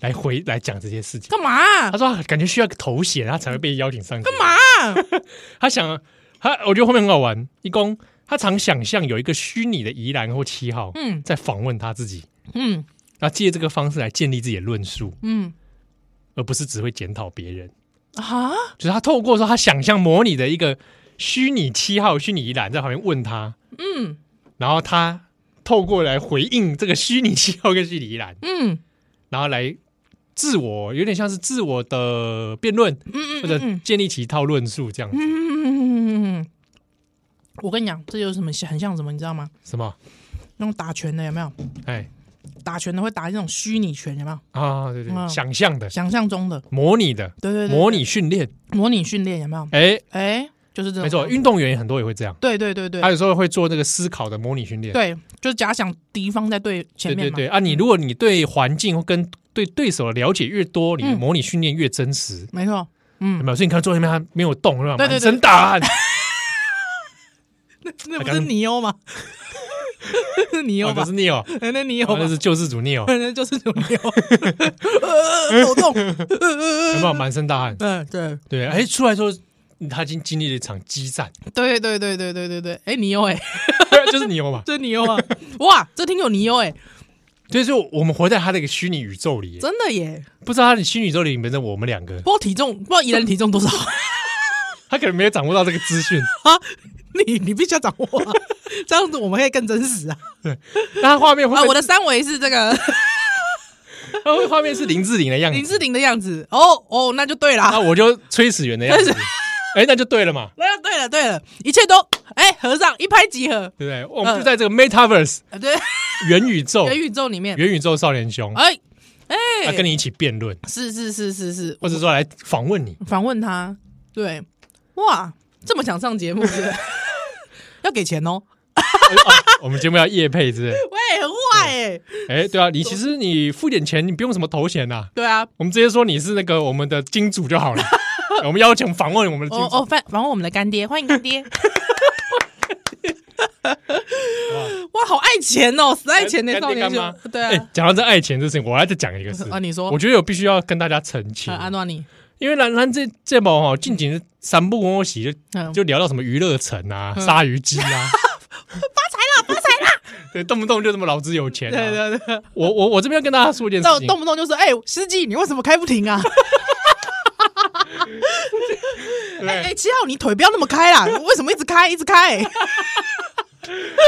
来回来讲这些事情。
干嘛啊？
他说他感觉需要个头衔，他才会被邀请上。干
干？嘛啊？
[laughs] 他想他，我觉得后面很好玩。一公他常想象有一个虚拟的宜兰或七号，
嗯
在访问他自己，
嗯
那借这个方式来建立自己的论述，
嗯
而不是只会检讨别人。
啊，
就是他透过说他想象模拟的一个虚拟七号、虚拟宜兰在旁边问他，
嗯
然后他透过来回应这个虚拟七号跟虚拟宜兰，
嗯
然后来自我有点像是自我的辩论，
嗯嗯
或者建立起一套论述这样子。
嗯，我跟你讲，这有什么很像什么，你知道吗？
什么？
那种打拳的有没有？
哎
打拳的会打那种虚拟拳，有没有？
啊，对对，
嗯
想象的、
想象中的，
模拟的、
对对对，
模拟训练，
模拟训练有没有？
哎，
哎，就是这种，
没错，运动员很多也会这样，
对对对对
他有时候会做那个思考的模拟训练。
对，就是假想敌方在对前
对对
面嘛，嗯
对啊！你如果你对环境或跟对对手的了解越多，你的
嗯
模拟训练越真实，
没错，
有
嗯，
没有？所以你看坐那边他没有动，对吧？
对对对
满身大
[laughs]
汗，
那不
刚
是
刚
尼欧吗？是尼欧
哦，
吧
那是？Neo，哦
[laughs] 哎那尼欧吧
那？是救世主 Neo，
那就是牛牛，呃抖动，呃
有没有？满身大汗，
嗯，对，
对，哎，出来之后他已经经历了一场激
[laughs]
战，
对对对对对对对，哎，尼欧哎，
就是 Neo 嘛。
这尼欧啊， [laughs] 哇，这听有尼欧哎，
所以说我们活在他那个虚拟宇宙里，
真的耶，
不知道他的虚拟宇宙里面的我们两个
不，知道体重，不知道宜人体重多少啊？
他可能没有掌握到这个资讯，
[laughs] 你你必须要掌握啊， [laughs] 这样子我们可以更真实啊！
但他画面会
啊， [laughs]
的
我的三围是这 [laughs] 个
他画面是林志玲的样子，
林志玲的样子，哦哦，那就对
那
啦，
我就崔始源的样子
但，
哎，那就对了嘛，
那就对了，对了，一切都哎，合上一拍即合，
对不对？我们就在这个 Metaverse
啊对，
元宇宙
嗯元宇宙里面，
元宇宙少年兄，
哎
他
哎，
跟你一起辩论，
是是是是是，
或者说来访问你。
访问他，对，哇，这么想上节目 [laughs] 是不是要给钱哦，
哦我们节目要夜配之类。
喂，很坏哎、
哎，对
[laughs]
啊，你其实你付点钱，你不用什么头衔呐，
对啊，
我们直接说你是那个我们的金主就好
[laughs]
了。我们邀请访问我们的金
哦
主，
哦，反访问我们的干爹，欢迎干爹，哇，好爱钱哦，死爱钱的少年
干爹干
秀，对
哎
啊，，
讲到这爱钱这事情，我还再讲一个事
[laughs] 啊你说
我觉得我必须要跟大家澄清
啊，安诺你，
因为兰兰这这部哈，近几年三不五时就
嗯，
就聊到什么娱乐城啊、鲨鱼机啊，
[laughs] 发财了，发财了，
[laughs] 对，动不动就这么老子有钱、啊。
对对对，
我我我这边要跟大家说一件事
动
情，
动不动就说，哎，司机，你为什么开不
[laughs]
停啊？哎
对，
哎，七号，你腿不要那么开啦，为什么一直开，一
[laughs]
直开，开不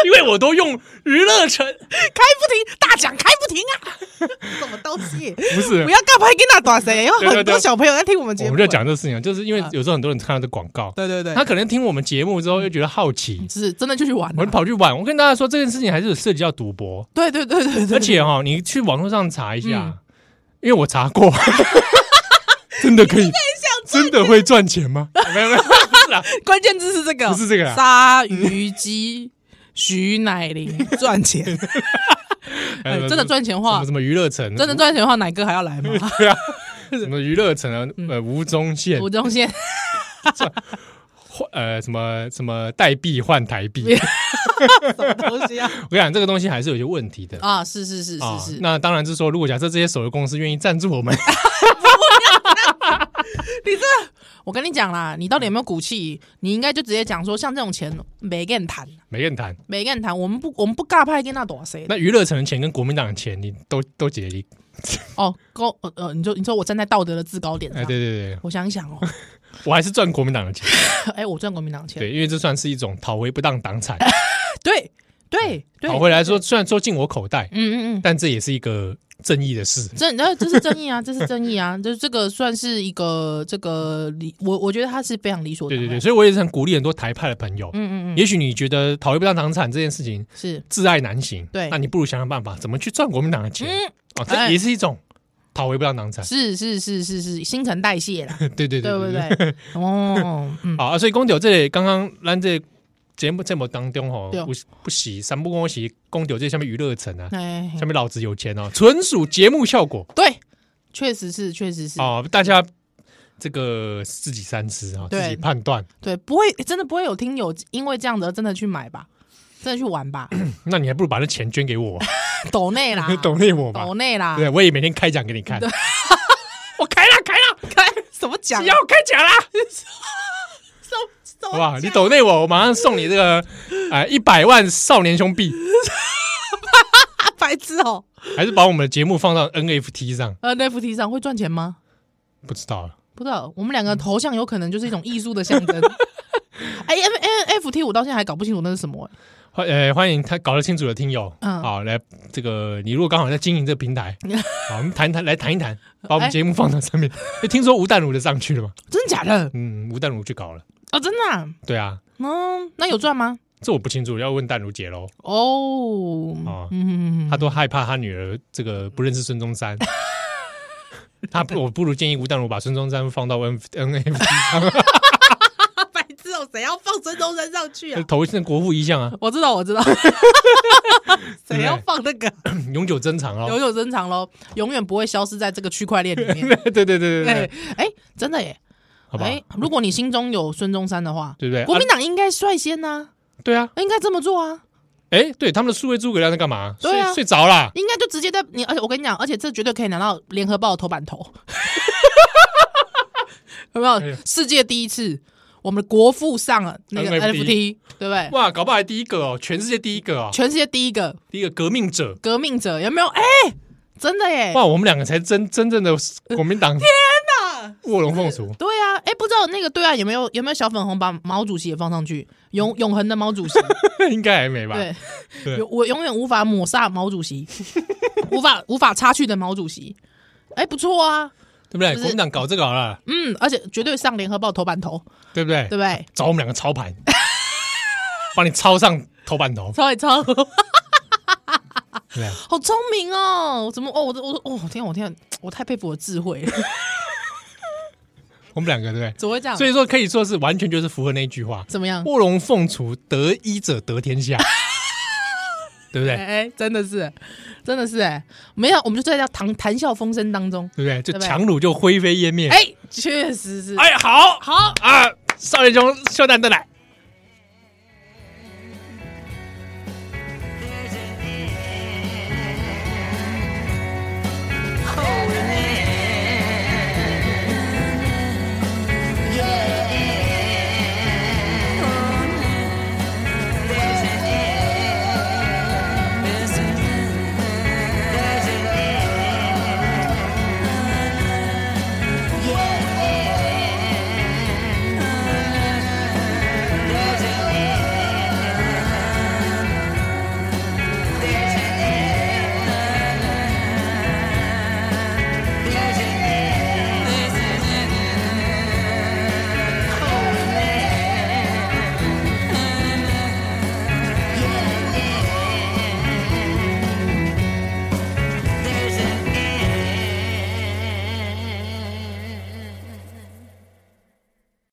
因为我都用娱乐城，
停，大奖开不停啊，什么东西？
不是
不。要告白给那短谁，有
对对
很
对
多小朋友在听我们节
我
目。
们就讲这事情啊，就是因为有时候很多人看到这广告，
对对对，嗯
他可能听我们节目之后又觉得好奇，
是真的就去玩
我
了
就。跑去玩。我跟大家说，这件事情还是有涉及到赌博，
对对对对对，
而且哈、你去网络上查一
嗯
下，因为我查过， [laughs] 真的可以，真的会赚钱
[laughs]
吗？没有没有，不是啦，
关键字是这个，
不是这个啊啦
鲨鱼机徐乃麟赚钱，哎真的赚钱
什
的话
么什，么娱乐城，
真的赚钱的话，奶哥还
[laughs]
要来吗？
对啊，什么娱乐城啊，
嗯
呃，吴宗宪
吴，宗宪，
换呃，什么什么代币换台币，
什么
[laughs]
东西啊？
我跟你讲，这个东西还是有些问题的。哦
啊，是是是是是，
那当然是说，如果假设这些手游公司愿意赞助我
[laughs]
们，
我跟你讲啦，你到底有没有骨气？你应该就直接讲说，像这种钱没跟你谈，
没人谈。
没跟你谈，我们不我们不尬派跟那多谁
那娱乐城的钱跟国民党的钱，你都都解离。
哦，高呃呃，你就你说我站在道德的制高点
哎，
上，
对对对，
我想一想哦，
我还是赚国民党的钱。
哎，我赚国民党钱，
对，因为这算是一种讨回不当党产，
对对对，
讨回来说虽然说进我口袋，
嗯嗯嗯，
但这也是一个正义的事。
这那这是正义啊，这 [laughs] 是正义啊，就是这个算是一个这个理，我我觉得他是非常理所
对
当
对
然。
对，所以我也是很鼓励很多台派的朋友。
嗯嗯嗯，
也许你觉得讨回不当党产这件事情
是
挚爱难行，
对
那你不如想想办法怎么去赚国民党的钱
嗯
哦，这
哎
也是一种讨回不当党产。 [laughs]
是是是是是新陈代谢啦，
对对对
对不
对。 [laughs]
对？哦，嗯，
好啊，所以公九这里刚刚咱这节目节目当中吼
对，
不不喜三不公喜公九这下面娱乐城啊，
哎，
下面老子有钱哦，纯属节目效果
对，确实是，确实是，
哦，大家这个自己三思啊，
对
自己判断。
对，不会真的不会
[laughs]
有听友因为这样子而真的去买吧，真的去玩吧？
那你还不如把那钱捐给我，
抖内啦
[laughs] ，抖内我嘛
啊抖，内啊啦，
对，我也每天开奖给你看。我开了，开了，
开 [laughs] 什么奖啊？
你要开奖啦，
什么什么
好不好？
奖
你抖内我，我马上送你这个哎一百万少年兄币，
啊，白痴哦呃
还是把我们的节目放到 NFT 上？
！NFT 上会赚钱吗？
不知道了，啊
不知道，我们两
嗯
个头像有可能就是一种艺术的象
[laughs]
征。哎，N NFT 我到现在还搞不清楚那是什么欸。
欢呃欢迎他搞得清楚的听友，
嗯
好来这个你如果刚好在经营这个平
[laughs]
台，好我们谈谈来谈一谈，把我们
哎
节目放到上面。哎听说吴淡如的上去了吗？
真的假的？
嗯，吴淡如去搞了，
哦，真的、啊？
对啊，
嗯，那有赚吗？
这我不清楚，要问淡如姐喽。
哦， [laughs]
哦
嗯，
他都害怕他女儿这个不认识孙中
[laughs]
山。他不，我不如建议吴淡如把孙中山放到 N N F
白痴哦，谁要放孙中山上 [laughs] 去啊？
投进国父遗像
[laughs]
啊，
呃我知道，
[laughs]
我知道，谁要放那个
永久珍藏
永
哦。
久珍藏喽，永远不会消失在这个区块链里面。
[laughs] 对对对对
哎
对，
哎，真的耶！
好吧，
哎，如果你心中有孙中山的话，
对不对？
国
啊
民党应该率先呐，
对啊，
应该这么做啊，
哎，对，他们的数位诸葛亮在干嘛？
对啊
睡睡着啦。
应该就直接在你，而且我跟你讲，而且这绝对可以拿到联合报的头版头， [laughs] 有没
哎呦
有？世界第一次，我们的国父上了那个
NFT
NFT，对不对？
哇，搞不好还第一个哦，全世界第一个哦，
全世界第一个
第一个革命者。
革命者，有没有？哎，真的耶！
哇，我们两个才真真正
[laughs]
的国民党。天哪，卧龙凤雏。 [laughs]
对啊，哎，不知道那个对岸有没有有没有小粉红把毛主席也放上去，永永恒的
[laughs]
毛主席，
应该还没吧？
对，
嗯对
有我永远无法抹杀毛
[laughs]
主席，无法无法擦去的毛主席，哎，不错啊，
对不对？
是
国民党搞这个好了，
嗯，而且绝对上联合报头版头，
对不对？
对不对？
找我们两个操
[laughs]
盘，帮你抄上头版头，
超一超，
对啊不对？
好聪明哦！我怎么哦？我我哦，天啊，我天啊，我太佩服我的
[laughs]
智慧了，
我们两个对不
怎么 [laughs] 会这
对？
样？
所以说可以说是完全就是符合那句话：
怎么样？
卧龙凤雏，得一者得天
[laughs]
下，对不
哎、
对？
哎真的是，真的是哎、没有，我们就在叫谈谈笑风生当中，
对不对？就
对不对
强弩就灰飞烟灭。
哎、确实是，
哎，好
好，
啊，少年兄秀蛋蛋来，